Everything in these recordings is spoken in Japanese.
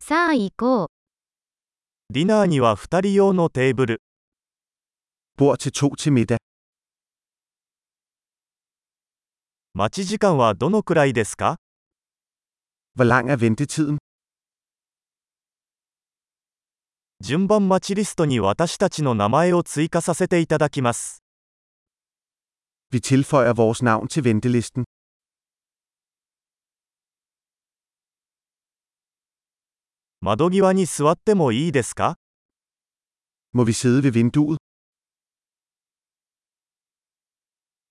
さあ行こう。ディナーには2人用のテーブル。 Bord til to til middag. 待ち時間はどのくらいですか Hvor lang er ventetiden? 順番待ちリストに私たちの名前を追加させていただきます。 Vi tilføjer vores navn til ventelisten. 窓際に座ってもいいですか Må vi sidde ved vinduet?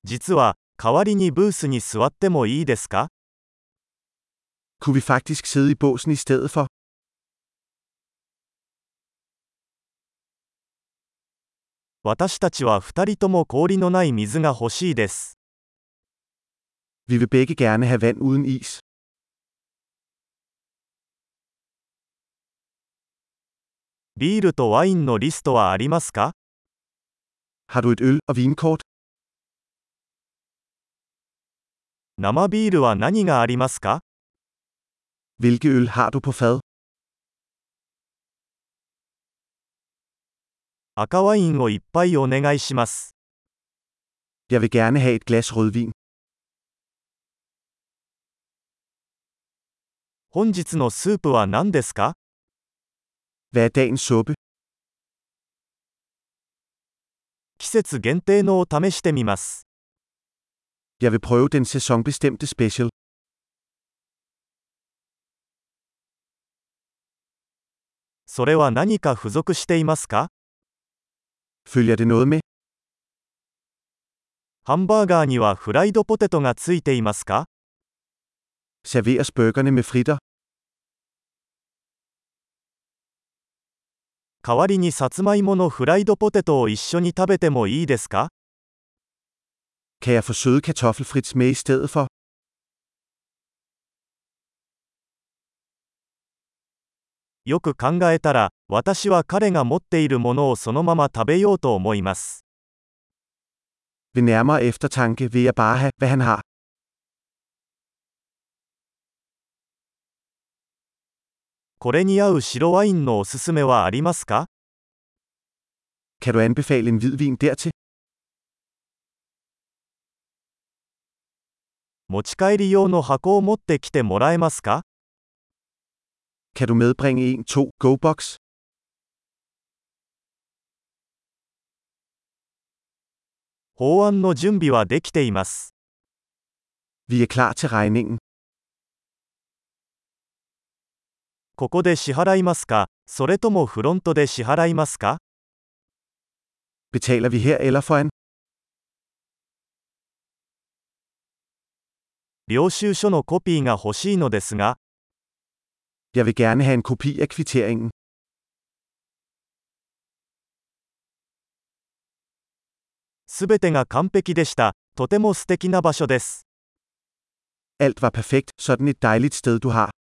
実は、代わりにブースに座ってもいいですか Kunne vi faktisk sidde i båsen i stedet for? 私たちは2人とも氷のない水が欲しいです。 Vi vil begge gerne have vand uden is. ビールとワインのリストはありますか Har du et øl og vinkort? 生ビールは何がありますか Hvilke øl har du på fad? 赤ワインをいっぱいお願いします。 Jeg vil gerne have et glas rødvin. 本日のスープは何ですか Hvad er dagens suppe? 季節限定のを試してみます。 Jeg vil prøve den sæsonbestemte special. それは何か付属していますか Følger det noget med? ハンバーガーにはフライドポテトがついていますか Serveres burgerne med fritter? 代わりにさつまいものフライドポテトを一緒に食べてもいいですか Kan jeg få søde kartoffelfrits med i stedet for? よく考えたら、私は彼が持っているものをそのまま食べようと思います。 Ved nærmere eftertanke vil jeg bare have, hvad han har. これに合う白ワインのおすすめはありますか Kan du anbefale en hvidvin dertil? 持ち帰り用の箱を持ってきてもらえますか Kan du medbringe en 2 GoBox? 法案の準備はできています。 Vi er klar til regningen. ここで支払いますかそれともフロントで支払いますか Betaler vi her eller foran? 領収書のコピーが欲しいのですが、 Jeg vil gerne have en kopi af kvitteringen. すべてが完璧でした。とても素敵な場所です。 Alt var perfekt, sådan et dejligt sted du har.